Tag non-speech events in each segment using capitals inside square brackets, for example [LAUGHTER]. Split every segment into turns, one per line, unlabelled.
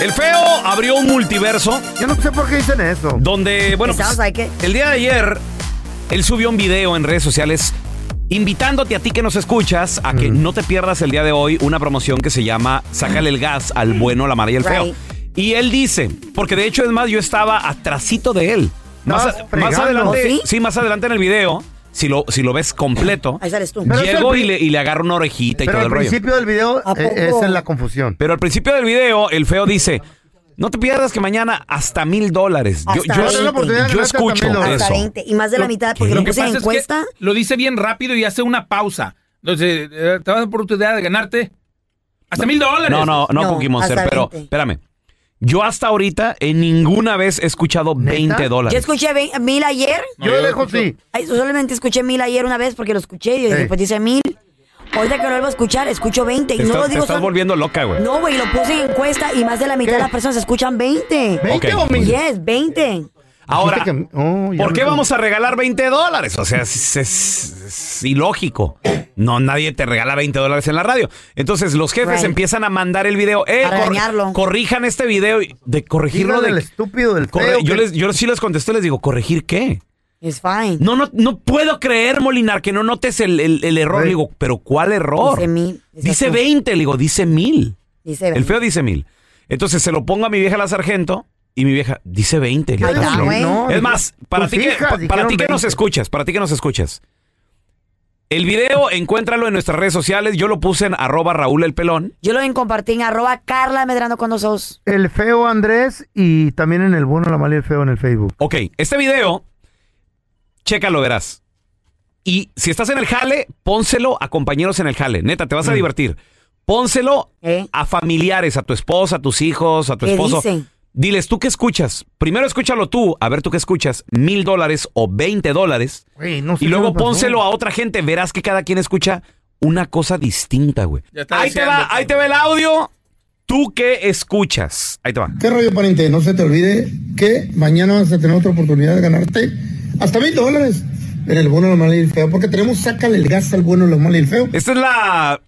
El feo abrió un multiverso
Yo no sé por qué dicen eso.
donde, bueno,
It sounds
pues,
like it.
el día de ayer él subió un video en redes sociales invitándote a ti que nos escuchas a que no te pierdas el día de hoy una promoción que se llama Sácale el gas al bueno, la mala y el feo.
Right.
Y él dice, porque de hecho es más, yo estaba atrasito de él. Más,
Estabas
a- más
fregando.
adelante,
¿Oh, ¿Sí?
sí, más adelante en el video, si lo, si lo ves completo,
Ahí sales tú.
Pero es
Llego
el
y
pri-
le, y le agarro una orejita y
Pero
todo
al
el rollo.
principio del video
¿A
eh,
poco?
es en la confusión.
Pero al principio del video, el feo dice: No te pierdas que mañana hasta mil dólares. Yo,
Hasta
yo-
veinte.
yo
Dale la
oportunidad de ganarte
escucho
hasta mil
Hasta
eso.
20. Y más de la mitad porque lo,
que
puse en encuesta.
lo dice bien rápido y hace una pausa. Entonces, eh, te va a dar oportunidad de ganarte hasta mil dólares.
No, no, no,
No,
Cookie Monster,
hasta
pero
20.
espérame. Yo hasta ahorita en ninguna vez he escuchado 20
Yo
dólares.
escuché ve- mil ayer.
No,
yo
yo
dejo
escucho-
sí.
Ay, solamente escuché mil ayer una vez porque lo escuché y
Ey.
después dice mil. Ahorita que lo vuelvo a escuchar, escucho 20. Y
Te,
no
estás-
lo
te
digo
estás
solo-
volviendo loca, güey.
No, güey, lo puse en encuesta y más de la mitad de las personas escuchan 20.
¿20
Ok.
o mil?
Yes, 20.
Ahora,
Dijiste que- oh, ya
¿por
me
qué
acordé.
vamos a regalar 20 dólares? O sea, es, es- es ilógico. No, nadie te regala 20 dólares en la radio. Entonces, los jefes
Right.
empiezan a mandar el video. Eh,
A
cor-
regañarlo.
corrijan este video. y- De corregirlo
Dígale
de...
al estúpido del
corre-
feo
yo,
que-
les, yo sí les contesto, les digo, ¿corregir qué?
It's fine.
No, no, no puedo creer, Molinar, que no notes el, el- el error.
Right.
Le digo, ¿pero cuál error?
Dice mil.
Dice
Exacto.
20, le digo, dice mil.
Dice
El feo dice mil. Entonces se lo pongo a mi vieja la sargento y mi vieja dice 20. le
Ahí
digo,
está,
"No".
güey.
No,
es
dijo-
más, para
tus
ti que,
hijas
pa- para
dijeron
ti que nos
20.
escuchas, para ti que nos escuchas. El video, encuéntralo en nuestras redes sociales. Yo lo puse en arroba Raúl el Pelón.
Yo lo compartí en arroba Carla Medrano con nosotros.
El feo Andrés y también en el bueno, la mala y el feo en el Facebook.
Ok, este video, chécalo, verás. Y si estás en el jale, pónselo a compañeros en el jale. Neta, te vas
Mm.
a divertir. Pónselo
¿Eh?
a familiares, a tu esposa, a tus hijos, a tu
¿Qué
esposo.
dicen?
Diles, ¿tú qué escuchas? Primero escúchalo tú, a ver tú qué escuchas, mil dólares o veinte dólares.
Güey, no sé
Y
qué me
luego
pasó.
pónselo a otra gente, verás que cada quien escucha una cosa distinta, güey.
Ya está
Ahí te
deseando,
va, ahí te va el audio. ¿Tú qué escuchas? Ahí te va.
¿Qué rollo, pariente? No se te olvide que mañana vas a tener otra oportunidad de ganarte hasta mil dólares en el bueno, lo malo y el feo. Porque tenemos Sácale el gas al bueno, lo malo y el feo.
Esta es la.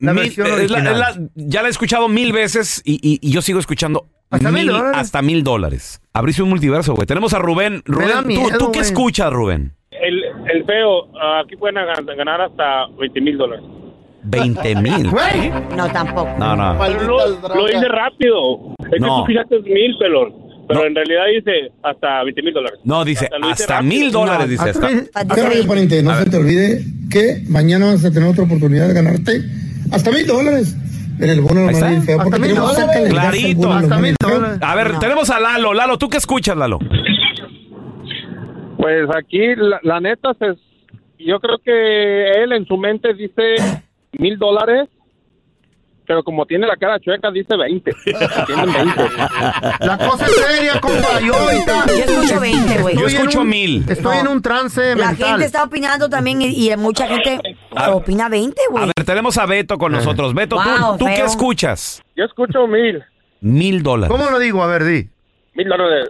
La
mil-
versión
es la- es
original.
la- ya la he escuchado mil veces y, y- y yo sigo escuchando.
Hasta mil dólares.
Hasta mil dólares. Abriste un multiverso, güey. Tenemos a Rubén.
da
Rubén, ¿tú,
miedo,
tú qué
güey.
escuchas, Rubén?
El, el feo, aquí pueden ganar hasta 20 mil dólares. [LAUGHS]
20 mil.
Güey,
No, tampoco.
No, no.
Lo dice rápido. Es que
No.
tú fijaste mil, pelón. Pero
No.
en realidad dice hasta 20 mil dólares.
No, dice
Hasta lo dice
hasta
rápido.
mil dólares, dice.
hasta
hasta-
mil-
Dice
¿Qué rollo,
20.
pariente? No se te olvide que mañana vas a tener otra oportunidad de ganarte hasta mil dólares en el bono
Ahí
lo
está.
malo y el feo. Porque
Hasta mil
tenemos
dólares.
sácale el gas al
Clarito.
bono lo malo y el feo.
A ver, tenemos a Lalo. Lalo, ¿tú qué escuchas, Lalo?
Pues aquí, la, la neta, se, yo creo que él en su mente dice mil dólares, pero como tiene la cara chueca, dice veinte.
La cosa es seria, compa. Yo ahorita.
Yo escucho 20, güey. Yo
Estoy en
escucho
un-
mil.
Estoy en un trance
La
mental.
gente está opinando también y, y mucha gente
A-
opina 20,
A
güey.
ver, tenemos a
[LAUGHS]
Beto con nosotros. Beto, ¿tú-
Wow,
¿tú, qué
feo.
escuchas?
Yo escucho mil.
Mil dólares.
¿Cómo lo digo? A ver, di.
Mil dólares.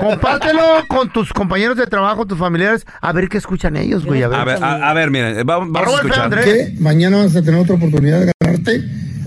Compártelo con tus compañeros de trabajo, tus familiares, a ver qué escuchan ellos, güey. A ver.
A ver, a, a ver, miren, eh, va- vamos a escuchar.
Que mañana vas a tener otra oportunidad de ganarte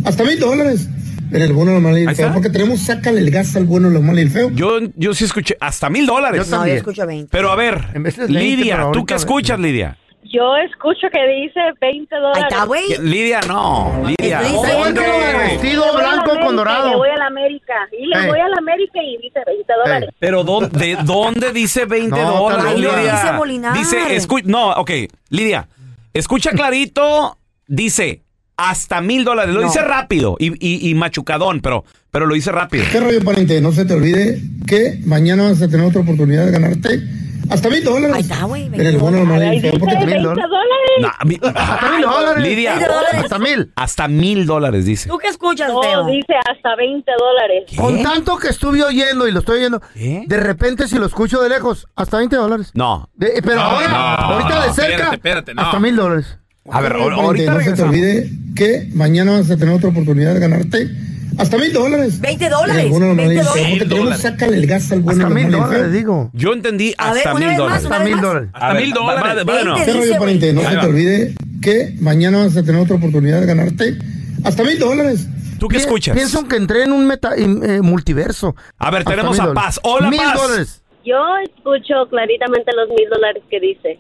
hasta mil dólares en el bono lo malo y el feo. Porque tenemos sácale el gas al bueno lo malo y el feo.
Yo, yo sí escuché hasta mil dólares.
Yo No, también. yo
escucho 20.
Pero a ver,
de 20,
Lidia,
pero
¿tú
ahorita
qué escuchas, Lidia?
Yo escucho que dice 20 dólares.
Que- Lidia, no. Lidia.
Estoy
diciendo,
Hombre.
vestido
Le voy a la
blanco con
América,
dorado.
Le voy a la América. Y le
Ey.
voy a la América y dice 20 dólares.
Pero ¿dó- ¿de dónde dice 20
No,
dólares,
también.
Lidia?
Dice Molinar.
Dice, escu- no, ok, Lidia, escucha clarito, dice hasta mil dólares. Lo
No.
dice rápido y, y- y machucadón, pero, pero lo dice rápido.
¿Qué rollo, pariente? No se te olvide que mañana vas a tener otra oportunidad de ganarte hasta mil dólares. En el bono normal.
Ahí dice 20
dólares.
dólares.
No, mi-
Hasta mil dólares.
Lidia,
Mil dólares. Hasta mil.
Hasta mil dólares, dice.
¿Tú qué escuchas,
No,
Teo?
dice hasta 20 dólares.
¿Eh?
Con tanto que estuve oyendo y lo estoy oyendo, de repente si lo escucho de lejos, hasta 20 dólares.
No.
De- eh, pero
No,
ahora,
no,
ahorita
no,
de cerca,
espérate, espérate, no.
hasta mil dólares.
A ver, ahor-
Pariente,
ahorita
no se te
regresamos.
olvide que mañana vas a tener otra oportunidad de ganarte hasta mil dólares.
20
En
dólares.
el bono lo malo y
20
el feo.
dólares.
Porque tenemos sácale el gas al bueno lo malo y el feo.
digo.
Yo entendí
A ver,
hasta
una
mil
vez más,
dólares.
una vez Hasta mil más. dólares.
A ver, va- va- va- bueno.
Qué rollo, pariente, no se
Ahí va.
te olvide que mañana vas a tener otra oportunidad de ganarte hasta mil dólares.
¿Tú qué
Pi-
escuchas?
Pienso que entré en un meta, en, eh, multiverso.
A ver,
Hasta
tenemos
mil
a
dólares.
Paz. Hola,
mil
Paz.
dólares.
Yo escucho claritamente los mil dólares que dice.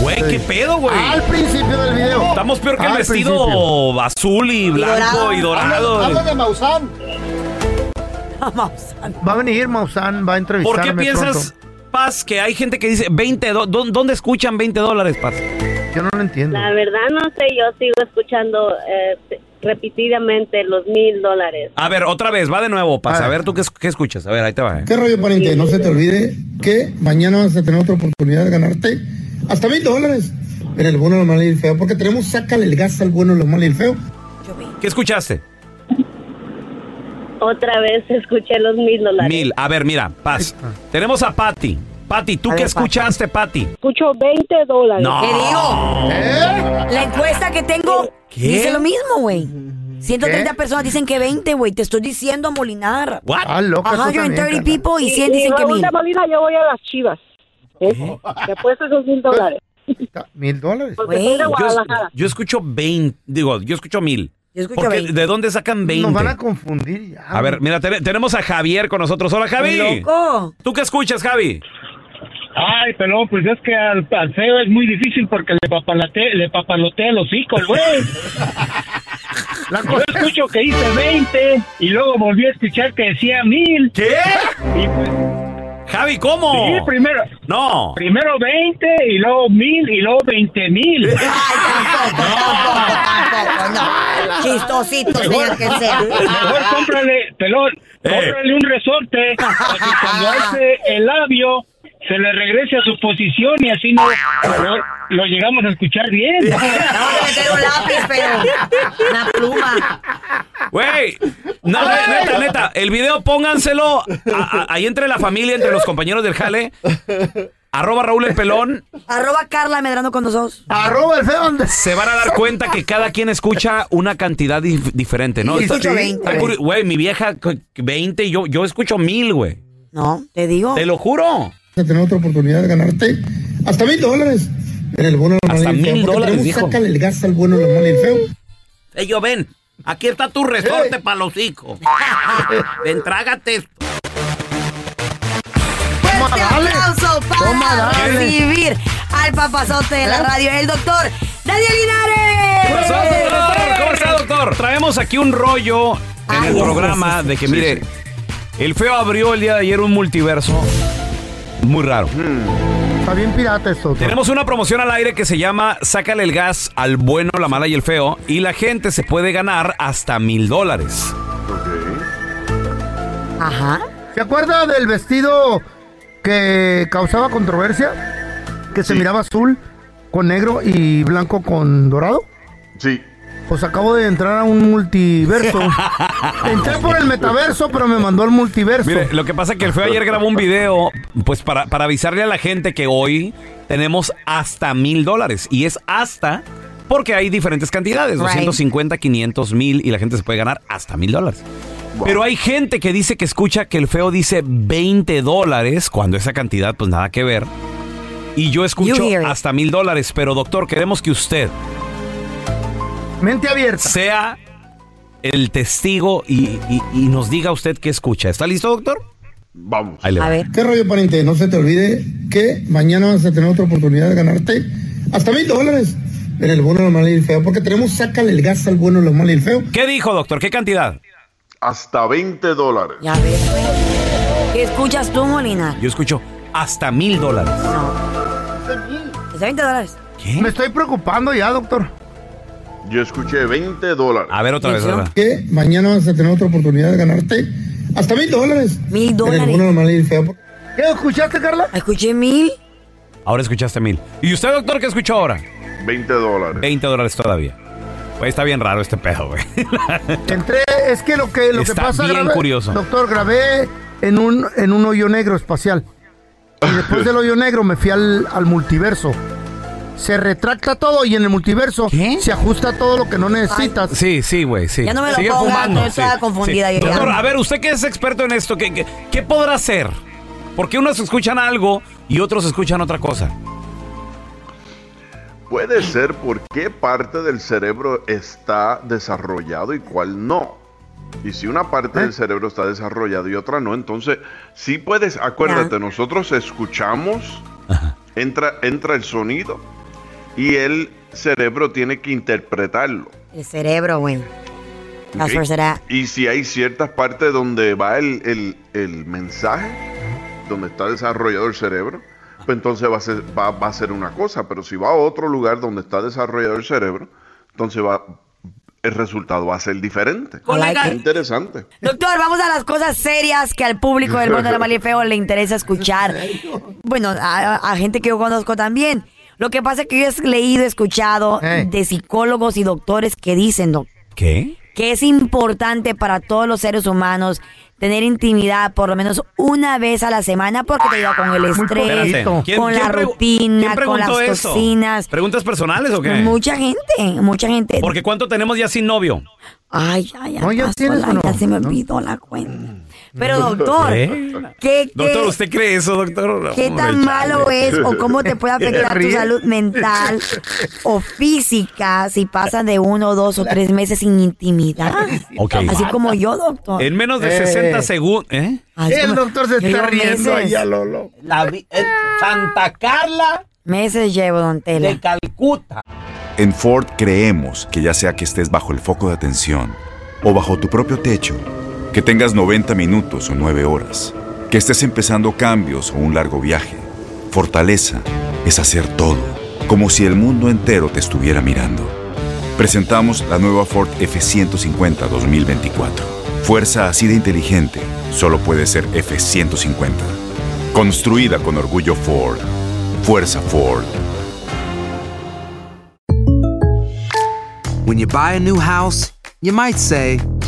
Güey, qué pedo, güey.
Al principio del video.
Estamos peor que el
Al
vestido
principio.
azul y blanco y dorado.
Habla de Maussan. Va a venir Maussan, va a
¿Por
entrevistarme
qué piensas, Paz, que hay gente que dice 20 do- dó- ¿Dónde escuchan 20 dólares, Paz?
pronto. Yo no lo entiendo.
La verdad no sé, yo sigo escuchando eh, repetidamente los mil dólares.
A ver, otra vez, va de nuevo, Paz. A ver, ¿tú qué, es- qué escuchas? A ver, ahí te va. eh.
¿Qué rollo, pariente? No se te olvide que mañana vas a tener otra oportunidad de ganarte hasta mil dólares en el bueno, lo malo y el feo. Porque tenemos sácale el gas al bueno, lo malo y el feo.
¿Qué escuchaste?
Otra vez escuché los mil dólares.
Mil. A ver, mira, Paz. Tenemos a Patti. Patti, ¿tú
A
qué
ver, Pati.
escuchaste, Patti?
Escucho 20 dólares.
No.
Te digo.
¿Eh?
La encuesta que tengo
¿Qué?
dice lo mismo, güey. 130 personas dicen que 20, güey. Te estoy diciendo, Molinar.
What?
Ah, loca tú también,
130
carnal.
people y 100 dicen que
Raúl
mil.
de Molina, yo voy a las chivas. ¿eh? Después de esos mil dólares.
Mil dólares.
Porque soy de
Yo,
Guadalajara.
yo escucho 20, digo, yo escucho mil.
Yo escucho
Porque,
20.
¿De dónde sacan 20?
Nos van a confundir ya.
A ver, mira, ten- tenemos a Javier con nosotros. Hola, Javi.
¡Loco!
¿Tú qué escuchas, Javi?
Ay, pelón, pues es que al, al feo es muy difícil porque le, papalate, le papalotea los hijos, güey.
[LAUGHS]
Yo escucho que hice 20 y luego volví a escuchar que decía mil. pues,
¿Qué? Javi, ¿cómo?
Sí, primero.
No.
Primero 20 y luego mil y luego 20 mil.
[LAUGHS]
Tampoco, no. Chistosito, sea que sea.
[LAUGHS]
Mejor cómprale, pelón,
Eh.
cómprale un resorte para que cuando alce el labio se le regrese a su posición y así no lo, lo llegamos a escuchar bien.
Meter un lápiz, pero una pluma.
Güey, no, ne- neta, neta, el video pónganselo a- a- ahí entre la familia, entre los compañeros del jale. Arroba Raúl el Pelón.
Arroba Carla Medrano con nosotros.
Arroba el feo.
Se van a dar cuenta que cada quien escucha una cantidad dif- diferente, ¿no?
Yo
Está-
escucho 20,
está
güey.
curi- Güey, mi vieja cu- 20 y yo, yo escucho mil, güey.
No, te digo.
Te lo juro.
Vas a tener otra oportunidad de ganarte hasta mil dólares en el bono, lo malo y
Hasta
el feo.
mil
Porque
dólares,
tenemos
dijo.
sácale el gas al bueno, lo malo y el feo.
Ellos ven, aquí está tu resorte para los hijos. [LAUGHS] Ven, trágate esto.
Fuerte aplauso
Toma,
para
dale.
recibir al papazote de la radio, el doctor Daniel Linares.
¿Cómo está, doctor? ¿Cómo está, doctor? Traemos aquí un rollo en el programa de que, mire, Mm. el feo abrió el día de ayer un multiverso muy raro.
Está bien pirata esto. otro.
Tenemos una promoción al aire que se llama Sácale el gas al bueno, la mala y el feo. Y la gente se puede ganar hasta mil dólares.
Ajá.
¿Se acuerda del vestido que causaba controversia? Que se miraba azul con negro y blanco con dorado.
Sí.
Pues acabo de entrar a un
[LAUGHS]
multiverso. Entré por el metaverso, pero me mandó al multiverso.
Mire, lo que pasa es que el feo ayer grabó un video, pues para, para avisarle a la gente que hoy tenemos hasta mil dólares. Y es hasta porque hay diferentes cantidades:
Right.
250, 500, mil. Y la gente se puede ganar hasta mil dólares. Pero hay gente que dice que escucha que el feo dice 20 dólares, cuando esa cantidad, pues nada que ver. Y yo escucho hasta mil dólares. Pero doctor, queremos que usted.
Mente abierta.
Sea el testigo y, y- y nos diga usted qué escucha. ¿Está listo, doctor?
Vamos.
Ahí le va.
¿Qué rollo, pariente? No se te olvide que mañana vas a tener otra oportunidad de ganarte hasta mil dólares en el bueno, lo malo y el feo. Porque tenemos Sácale el gas al bueno, lo malo y el feo.
¿Qué dijo, doctor? ¿Qué cantidad?
Hasta 20 dólares.
Ya ves, güey. ¿Qué escuchas tú, Molina?
Yo escucho hasta mil dólares.
¿Es 20 dólares?
Me estoy preocupando ya, doctor.
Yo escuché 20 dólares.
A ver, otra vez, otra vez.
Que mañana vas a tener otra oportunidad de ganarte hasta mil dólares.
Mil
En el bueno, lo malo y el feo. porque-
¿Qué escuchaste, Carla?
Escuché mil.
Ahora escuchaste mil. ¿Y usted, doctor, qué escuchó ahora?
20 dólares.
20 dólares todavía. Güey, está bien raro este pedo, güey. [LAUGHS]
Entré, es que lo que, lo que
Está
pasa.
bien curioso.
Doctor, grabé en un, en un hoyo negro espacial. Y después del hoyo negro me fui al, al multiverso. Se retracta todo y en el multiverso se ajusta todo lo que no necesitas.
Sí, sí, güey, sí.
Ya no me lo
Sigue
pongas,
fumando.
estoy toda confundida yo ya.
Doctor, a ver, usted que es experto en esto, ¿qué, qué, qué podrá hacer? Porque unos escuchan algo y otros escuchan otra cosa.
Puede ser por qué parte del cerebro está desarrollado y cuál no. Y si una parte del cerebro está desarrollado y otra no, entonces sí puedes, acuérdate, nosotros escuchamos, entra, entra el sonido y el cerebro tiene que interpretarlo.
El cerebro, güey. That's
¿ok?
where it's at.
Y si hay ciertas partes donde va el, el- el mensaje, donde está desarrollado el cerebro, pues entonces va a, ser, va, va a ser una cosa, pero si va a otro lugar donde está desarrollado el cerebro, entonces va, el resultado va a ser diferente.
Colega.
Interesante.
Doctor, vamos a las cosas serias que al público del
[LAUGHS]
mundo de la mal y el feo le interesa escuchar. Bueno, a, a- a gente que yo conozco también. Lo que pasa es que yo he leído, escuchado de psicólogos y doctores que dicen, doc-
¿Qué?
que es importante para todos los seres humanos tener intimidad por lo menos una vez a la semana porque te ayuda con el estrés,
Espérate, ¿quién-
con la
quién pregu-
rutina, con
quién
las
preguntó eso?
toxinas.
¿Preguntas personales o qué?
Mucha gente, mucha gente.
Porque ¿cuánto tenemos ya sin novio?
Ay, ay, ay.
No, ya
pasó
tienes
la-
uno,
ya se me olvidó la cuenta. Pero doctor,
Mm. ¿Eh?
¿qué, qué-
Doctor, ¿usted cree eso, doctor?
qué
Hombre,
tan malo
chale.
es o cómo te
[LAUGHS]
puede afectar tu
Ríe.
salud mental o física si pasan de uno, dos o tres meses sin intimidad?
Ok.
Así como yo, doctor.
En menos de 60 segundos, ¿eh?
Así como- yo llevo meses.
Lolo.
Santa Carla.
Meses llevo, don Tela. De
Calcuta.
En Ford creemos que ya sea que estés bajo el foco de atención o bajo tu propio techo, que tengas 90 minutos o 9 horas, que estés empezando cambios o un largo viaje, fortaleza es hacer todo, como si el mundo entero te estuviera mirando. Presentamos la nueva Ford F150 2024. Fuerza así de inteligente solo puede ser F150. Construida con orgullo Ford. Fuerza Ford.
When you buy a new house, you might say,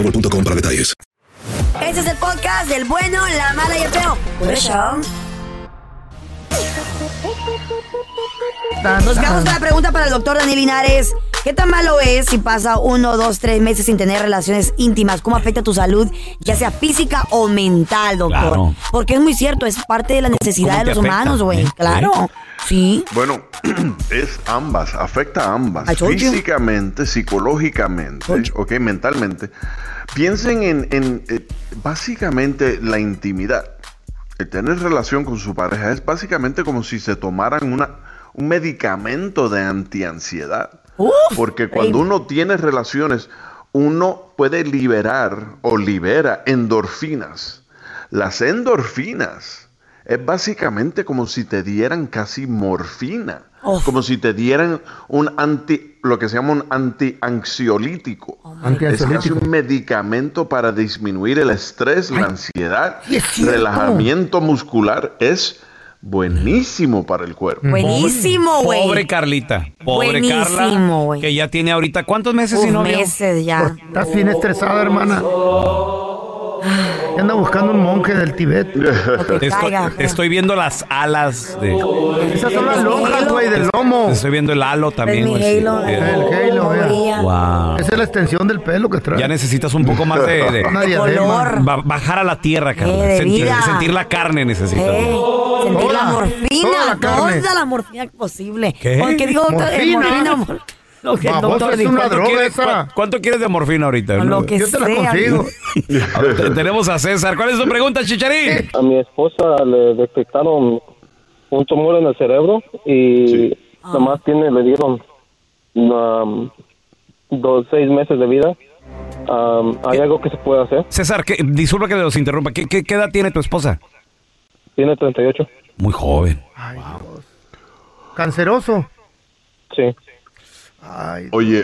para detalles.
Este es el podcast del bueno, la mala y el feo. Por eso. Nos quedamos con la pregunta para el doctor Daniel Linares. ¿Qué tan malo es si pasa uno, dos, tres meses sin tener relaciones íntimas? ¿Cómo afecta tu salud, ya sea física o mental, doctor?
Claro.
Porque es muy cierto, es parte de la necesidad de
te
los
afecta?
humanos, güey.
¿Eh?
Claro. Sí.
Bueno, [CLEARS THROAT] es ambas, afecta a ambas.
I told you.
Físicamente, psicológicamente, ok, mentalmente. Piensen en, en, eh, básicamente la intimidad. El tener relación con su pareja es básicamente como si se tomaran una, un medicamento de antiansiedad. Porque cuando uno tiene relaciones, uno puede liberar o libera endorfinas. Las endorfinas es básicamente como si te dieran casi morfina, como si te dieran un anti, lo que se llama un antiansiolítico. es casi
Oh Antiansiolítico.
un medicamento para disminuir el estrés, la ansiedad,
sí es cierto.
relajamiento muscular. Es buenísimo para el cuerpo.
Buenísimo, güey.
Pobre Carlita. Pobre
Buenísimo,
Carla. Que ya tiene ahorita. ¿Cuántos meses sin
Uf,
novio?
meses ya.
Ah, Estás bien estresada, hermana. Anda buscando un monje del Tibet.
Te estoy, te estoy viendo las alas de.
Esas son las lonjas, güey, del lomo.
Te estoy viendo el halo también.
mi
güey, sí.
halo,
Sí.
El halo, vea.
Wow.
Esa es la extensión del pelo que trae.
Ya necesitas un poco más
[LAUGHS]
de, de-
Una diadema.
Ba- bajar a la tierra, Carla.
Eh, de
sentir,
vida.
sentir la carne necesitas.
Sentí
Toda,
la morfina,
toda
toda
la
la,
carne.
morfina posible.
¿Qué?
Porque digo, doctor, eh, morfina,
Morfina.
mor- lo que el
Ah,
Baboso,
doctor
es
dijo.
una droga esa. ¿Cuánto, quieres de morfina ahorita?
Lo que Yo te la sea. consigo.
A ver, [LAUGHS] te- Tenemos a César. ¿Cuál es tu pregunta, [LAUGHS] Chicharín?
A mi esposa le detectaron un tumor en el cerebro y
Ah.
nomás tiene, le dieron um, dos, seis meses de vida. Um, ¿Hay algo que se puede hacer?
César, que, disculpa que los interrumpa. ¿Qué, qué, qué edad tiene tu esposa?
Tiene 38.
Muy joven.
Canceroso.
Sí.
Oye,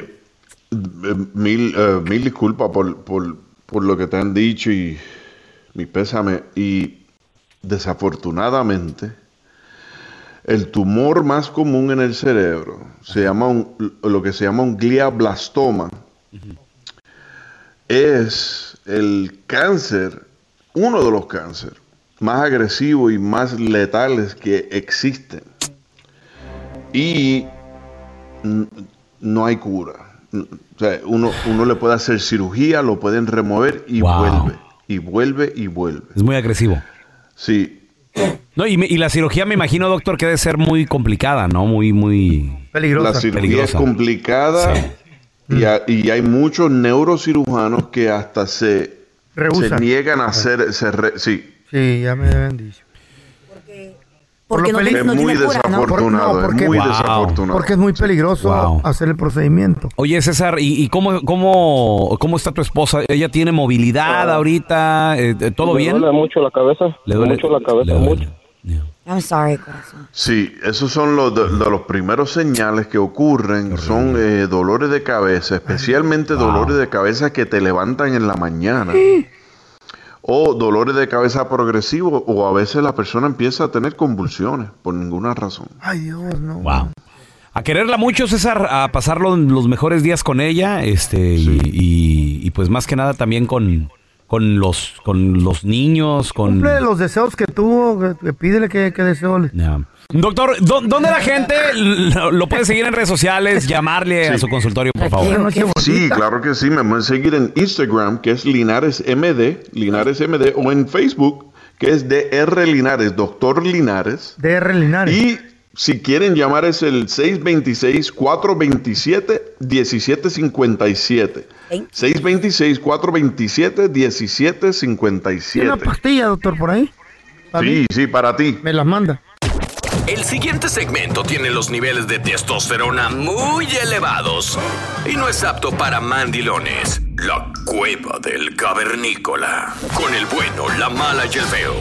eh, mil, eh, mil disculpas por, por- por lo que te han dicho y mi pésame. Y desafortunadamente, el tumor más común en el cerebro se llama un- lo que se llama un glioblastoma. Es el cáncer, uno de los cánceres más agresivos y más letales que existen. Y n- no hay cura. N- o sea, uno, uno le puede hacer cirugía, lo pueden remover y vuelve, y vuelve, y vuelve.
Es muy agresivo.
Sí.
No, y, me- y la cirugía, me imagino, doctor, que debe ser muy complicada, ¿no? Muy, muy.
La cirugía es complicada y, ha- y hay muchos neurocirujanos que hasta se,
Rehúsan.
se niegan a hacer... Se re- sí,
Sí, ya me habían dicho.
Porque no
lo
tiene-
peli-
no Es muy tiene cura, ¿no? desafortunado,
Por-
es muy Wow. desafortunado.
Porque es muy peligroso
Wow.
hacer el procedimiento.
Oye, César, ¿y, y cómo, cómo, cómo está tu esposa? ¿Ella tiene movilidad
Ah.
ahorita? Eh, eh, ¿Todo
le
bien?
duele mucho la cabeza.
Le duele-
mucho la cabeza. mucho.
I'm sorry, corazón.
sí, esos son los, de, de los primeros señales que ocurren, son eh, dolores de cabeza, especialmente dolores de cabeza que te levantan en la
[GASPS]
mañana. O dolores de cabeza progresivos, o a veces la persona empieza a tener convulsiones por ninguna razón.
Ay, Dios, no.
Wow. A quererla mucho, César, a pasar lo- los mejores días con ella, este, y, y- y, pues más que nada también con, con los, con los niños, con.
Cumple los deseos que tuvo, que- que pídele que, que deseo le-
Doctor, ¿dó- ¿dónde la gente lo, lo puede seguir en redes sociales? Llamarle a su consultorio, por favor.
Sí, claro que sí. Me pueden seguir en Instagram, que es Linares MD, Linares MD, o en Facebook, que es DR Linares, Doctor Linares.
DR Linares.
Y si quieren llamar es el 626-427-1757.
¿Eh?
626-427-1757.
¿Tiene una pastilla, doctor, por ahí?
Sí, sí, para ti.
Me las manda.
El siguiente segmento tiene los niveles de testosterona muy elevados y no es apto para mandilones.
La cueva del cavernícola. Con el bueno, la mala y el feo.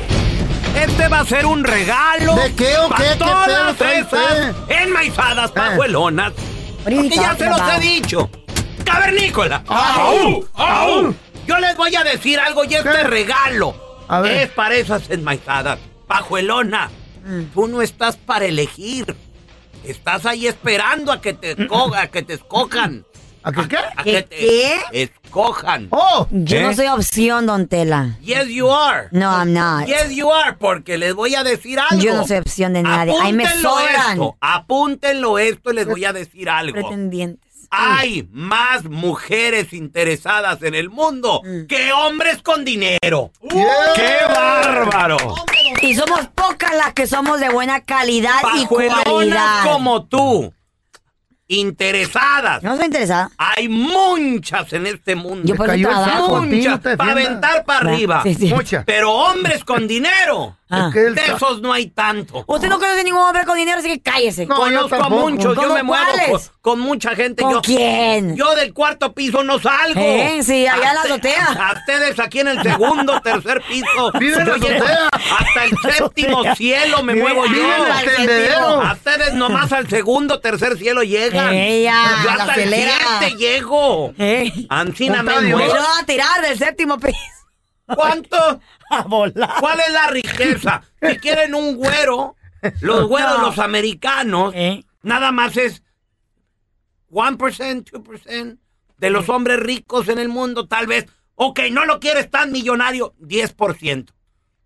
Este va a ser un regalo.
¿De qué o
pa'
qué? ¿Qué
todas
pedo Eh.
esas enmaizadas pajuelonas. Porque ya se los he dicho. ¡Cavernícola!
¡Au!
¡Aú! ¡Aú! Yo les voy a decir algo y este regalo
A ver.
es para esas enmaizadas. Pajuelona,
Mm.
tú no estás para elegir. Estás ahí esperando a que te, esco- a que te escojan.
¿A que qué?
A que te
¿Qué?
escojan.
¡Oh!
Yo no soy opción, don Tela.
Yes, you are.
Mm.
No, I'm not.
Yes, you are, porque les voy a decir algo.
Yo no soy opción de nadie. Ahí me
Apúntenlo
sobran.
esto, apúntenlo esto y les voy a decir algo.
Pretendientes.
Hay más mujeres interesadas en el mundo
Mm.
que hombres con dinero. ¡Qué bárbaro!
Y somos pocas las que somos de buena calidad y
Pajuelonas
cualidad.
como tú, interesadas.
No soy interesada.
Hay muchas en este mundo.
Yo por eso Te cayó el trabajo. saco, a ti, no te
Muchas, para
defiendas.
aventar para
Ah,
arriba.
sí, sí.
Muchas.
Pero hombres con dinero,
Ah.
de esos no hay tanto.
Usted no conoce ningún hombre con dinero, así que cállese.
Conozco a muchos, yo
¿Cómo
me muevo con,
cuáles?
con mucha gente.
¿Con
yo,
quién?
Yo del cuarto piso no salgo.
Eh, sí, allá en la
A te-
azotea.
A ustedes aquí en el
[LAUGHS]
segundo, tercer piso.
Vive en la
Yo llego
azotea.
Hasta el séptimo
azotea.
cielo me
Vive-
muevo
vive
yo.
en el Al tendedero. séptimo.
A ustedes nomás al segundo, tercer cielo llegan.
Ella,
yo
la
hasta el
acelera.
siete llego.
¿Eh?
Ancina me
Me
muevo.
lo va a tirar del séptimo piso.
¿Cuánto?
[LAUGHS] A volar.
¿Cuál es la riqueza? Si quieren un güero, los güeros,
No.
los americanos, nada más es 1%, 2% de los hombres ricos en el mundo, tal vez. Ok, no lo quieres tan millonario, 10%.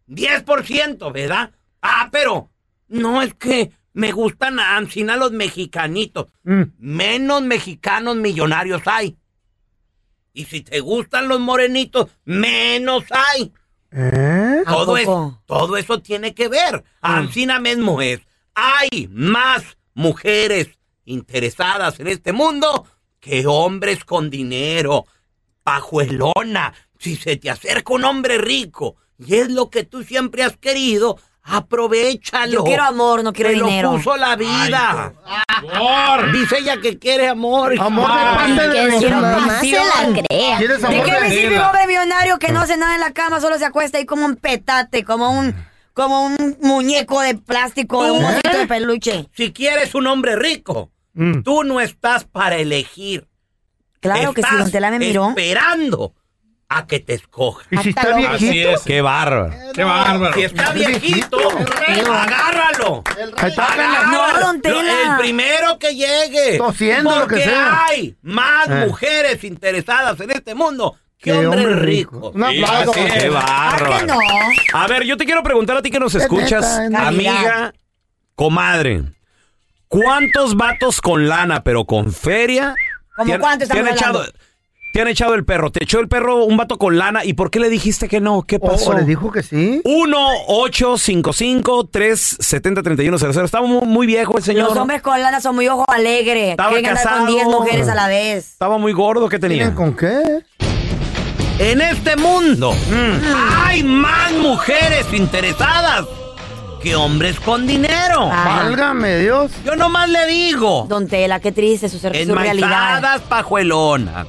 10%, ¿verdad? Ah, pero no es que me gustan a Ancina los mexicanitos. Menos mexicanos millonarios hay. Y si te gustan los morenitos, menos hay.
¿Eh?
Todo, es- todo eso tiene que ver.
Mm.
Ancina mismo es. Hay más mujeres interesadas en este mundo que hombres con dinero. Pajuelona, si se te acerca un hombre rico y es lo que tú siempre has querido, aprovechalo.
Yo quiero amor, no quiero
Te
dinero.
Lo puso la vida. Dice ella que quiere amor.
Amor de
Ay,
parte de
que
los
si nomás
amantes.
se la crea.
¿Quieres
¿De
amor
qué me sirve un hombre millonario que no hace nada en la cama, solo se acuesta ahí como un petate, como un, como un muñeco de plástico,
¿Eh?
de un osito de peluche?
Si quieres un hombre rico,
Mm.
tú no estás para elegir.
Claro que sí,
Estás
don Tela me miró.
esperando a que te escoja.
¿Y si está
Así
viejito?
es. Qué bárbaro.
Qué bárbaro.
Si está viejito, agárralo.
Ahí está,
Agárralo.
no, don Tela.
Lo- El primero que llegue.
Tosiendo, lo que
Porque
sea.
hay más
Eh.
mujeres interesadas en este mundo que
Qué
hombres
hombre
ricos.
rico. Un
Sí,
aplauso.
así es. Qué bárbaro.
No.
A ver, yo te quiero preguntar a ti que nos
Es
escuchas,
neta, es neta.
amiga, comadre. ¿Cuántos vatos con lana, pero con feria?
¿Cómo
te han-
cuánto
te han
estamos
echado?
hablando?
Te han echado el perro. Te echó el perro un vato con lana. ¿Y por qué le dijiste que no? ¿Qué pasó?
¿O Oh, le dijo que sí?
1-855-370-3100. Estaba muy, muy viejo el señor.
Los hombres con lana son muy ojo alegre.
Estaba
Quieren andar con
casado.
10 mujeres a la vez.
Estaba muy gordo que tenía.
¿Tienen con qué?
En este mundo
Mm.
hay más mujeres interesadas que hombres con dinero.
Válgame Dios.
Yo nomás le digo.
Ah, Don Tela, qué triste su, ser- su realidad.
Enmaizadas, pajuelona.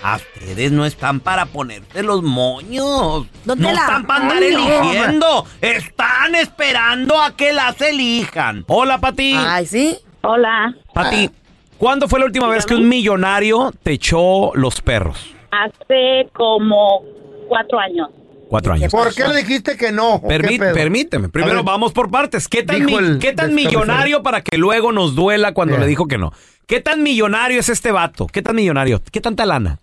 A ustedes no están para ponerse los moños.
Don
no
Tela.
están para andar
Ay, no.
eligiendo. Están esperando a que las elijan. Hola, Pati.
Ay, sí.
Hola.
Pati, ¿cuándo fue la última vez que un millonario te echó los perros?
Hace como cuatro años.
Cuatro años.
¿Por qué le dijiste que no? ¿O qué
Permí-
pedo?
permíteme,
A
primero
ver.
vamos por partes. ¿Qué tan,
Dijo
mi-
el
qué tan
descabezado.
millonario para que luego nos duela cuando le dijo que no? ¿Qué tan millonario es este vato? ¿Qué tan millonario? ¿Qué tanta lana?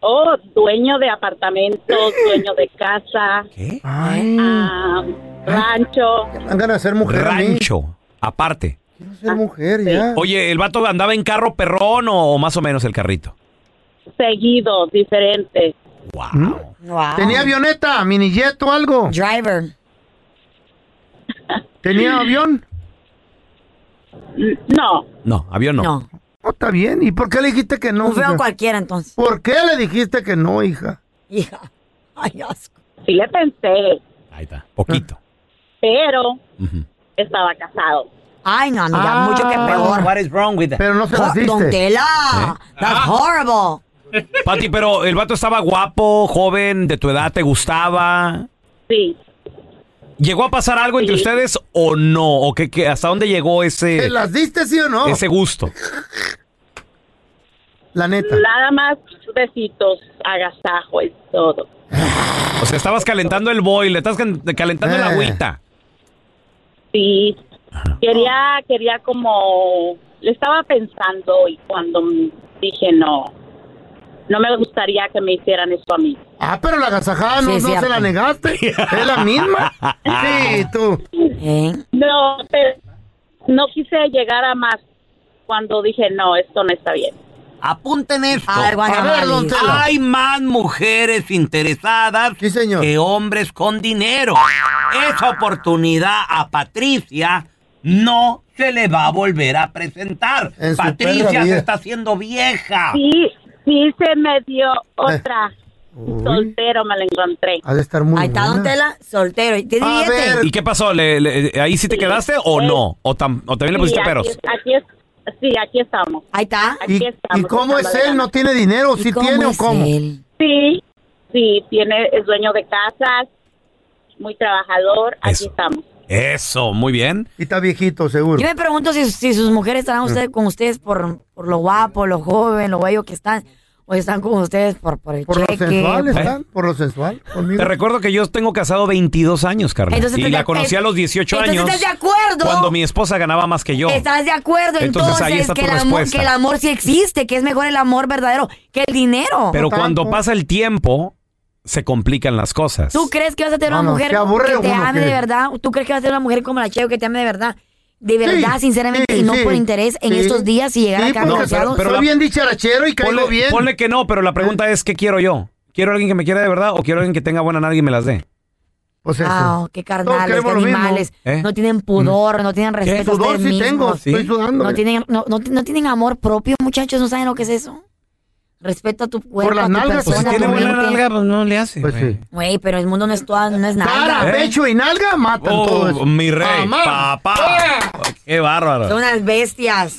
Oh, dueño de apartamentos,
¿Eh?
dueño de casa,
Ay,
ah, rancho.
me dan ganas de ser mujer a mí.
Rancho, Ah, aparte.
Quiero ser mujer ya.
Oye, ¿el vato andaba en carro perrón o, o más o menos el carrito?
Seguido, diferente.
Wow.
Wow.
¿Tenía avioneta, minijet o algo?
Driver.
¿Tenía avión?
No.
No, avión no.
No.
No, está bien. ¿Y por qué le dijiste que no?
Un feo
hija?
cualquiera, entonces. [LAUGHS]
¿Por qué le dijiste que no, hija?
Hija. Ay, asco.
Sí le pensé,
Ahí está, poquito.
pero
Ujú.
estaba casado.
Ay, no, amiga,
Ah.
mucho que peor.
What is wrong with that?
Pero no se
Jo-
las
Don
¿Eh?
diste.
Ah.
Tela, that's horrible.
Pati, pero el vato estaba guapo, joven, de tu edad, ¿te gustaba?
Sí.
¿Llegó a pasar algo entre ustedes o no? ¿O qué, qué- hasta dónde llegó ese,
¿Te las diste sí o no?
ese gusto?
La neta.
Nada más besitos, agasajo y todo.
O sea, estabas calentando el boil, le estás can- calentando la agüita.
Sí. Quería, quería como, le estaba pensando y cuando m- dije no, no me gustaría que me hicieran eso a mí.
Ah, pero la agasajada no,
Sí, es
no se
cierto.
la negaste.
[LAUGHS]
Es la misma. Sí, tú.
¿Eh?
No, pero no quise llegar a más cuando dije no, esto no está bien.
Apunten esto.
A ver, Guacamole. A ver, don Telo.
Hay más mujeres interesadas que hombres con dinero. Esa oportunidad a Patricia no se le va a volver a presentar.
su perra
Patricia
vida.
se está haciendo vieja.
Sí, sí se me dio otra. Soltero me la encontré.
Ha de estar muy
Ahí está Don Tela, soltero. ¿Y ¿Tiene
Eh.
billete?
¿Y qué pasó? ¿Le- le- ¿Ahí sí te quedaste o no? ¿O, tam- o también le pusiste
Eh. Sí, aquí-
peros?
Aquí, es- sí, aquí estamos.
Ahí está.
Aquí
¿Y,
estamos,
y cómo es
estamos
él? ¿No tiene dinero?
¿Y
¿Sí
cómo
tiene o
es
cómo?
él? Sí, sí, tiene, es dueño de casas, muy trabajador, aquí estamos.
Eso, muy bien.
Y está viejito, seguro.
Yo me pregunto si, si sus mujeres estarán usted- con ustedes por, por lo guapo, lo joven, lo bello que están, o están con ustedes por, por el
Por lo
cheque.
sensual
por-
pues.
están, por lo sensual. Conmigo.
Te recuerdo que yo tengo casado 22 años, Carla.
Entonces,
y
¿estás
la
de-
conocí a los 18
entonces,
años.
¿estás de acuerdo?
Cuando mi esposa ganaba más que yo.
¿Estás de acuerdo
Entonces,
entonces,
ahí está
que,
tu
el amor,
respuesta.
que el amor sí existe, que es mejor el amor verdadero que el dinero?
Pero cuando pasa el tiempo, se complican las cosas.
¿Tú crees que vas a tener
No,
una
no,
mujer
se aburre
que te
uno,
ame
¿qué?
de verdad? ¿Tú crees que vas a tener una mujer como la Cheo que te ame de verdad? De
Sí,
verdad, sinceramente,
sí,
y no
sí,
por interés en
sí.
estos días y llegar
Sí,
acá
porque
divorciados?
soy bien dicharachero y caigo
ponle,
bien.
Ponle que no, pero la
Ah.
pregunta es, ¿qué quiero yo? ¿Quiero alguien que me quiera de verdad o quiero alguien que tenga buena nadie y me las dé?
Pues
Ah, qué carnales, qué
queremos lo mismo.
animales.
¿Eh?
No tienen pudor, no tienen respeto. a
Pudor
ustedes
sí tengo,
Ah,
mismos.
estoy sudando.
No tienen, no, no- no tienen amor propio, muchachos, no saben lo que es eso. Respeto a tu cuerpo, a tu
Pues,
persona, a tu mente.
no le hace.
Güey, pero el mundo no es, toda, no es nada.
Cara, pecho Pues y nalga matan todo
Oh,
eso.
mi rey,
Amar.
papá. Qué bárbaro.
Son unas bestias.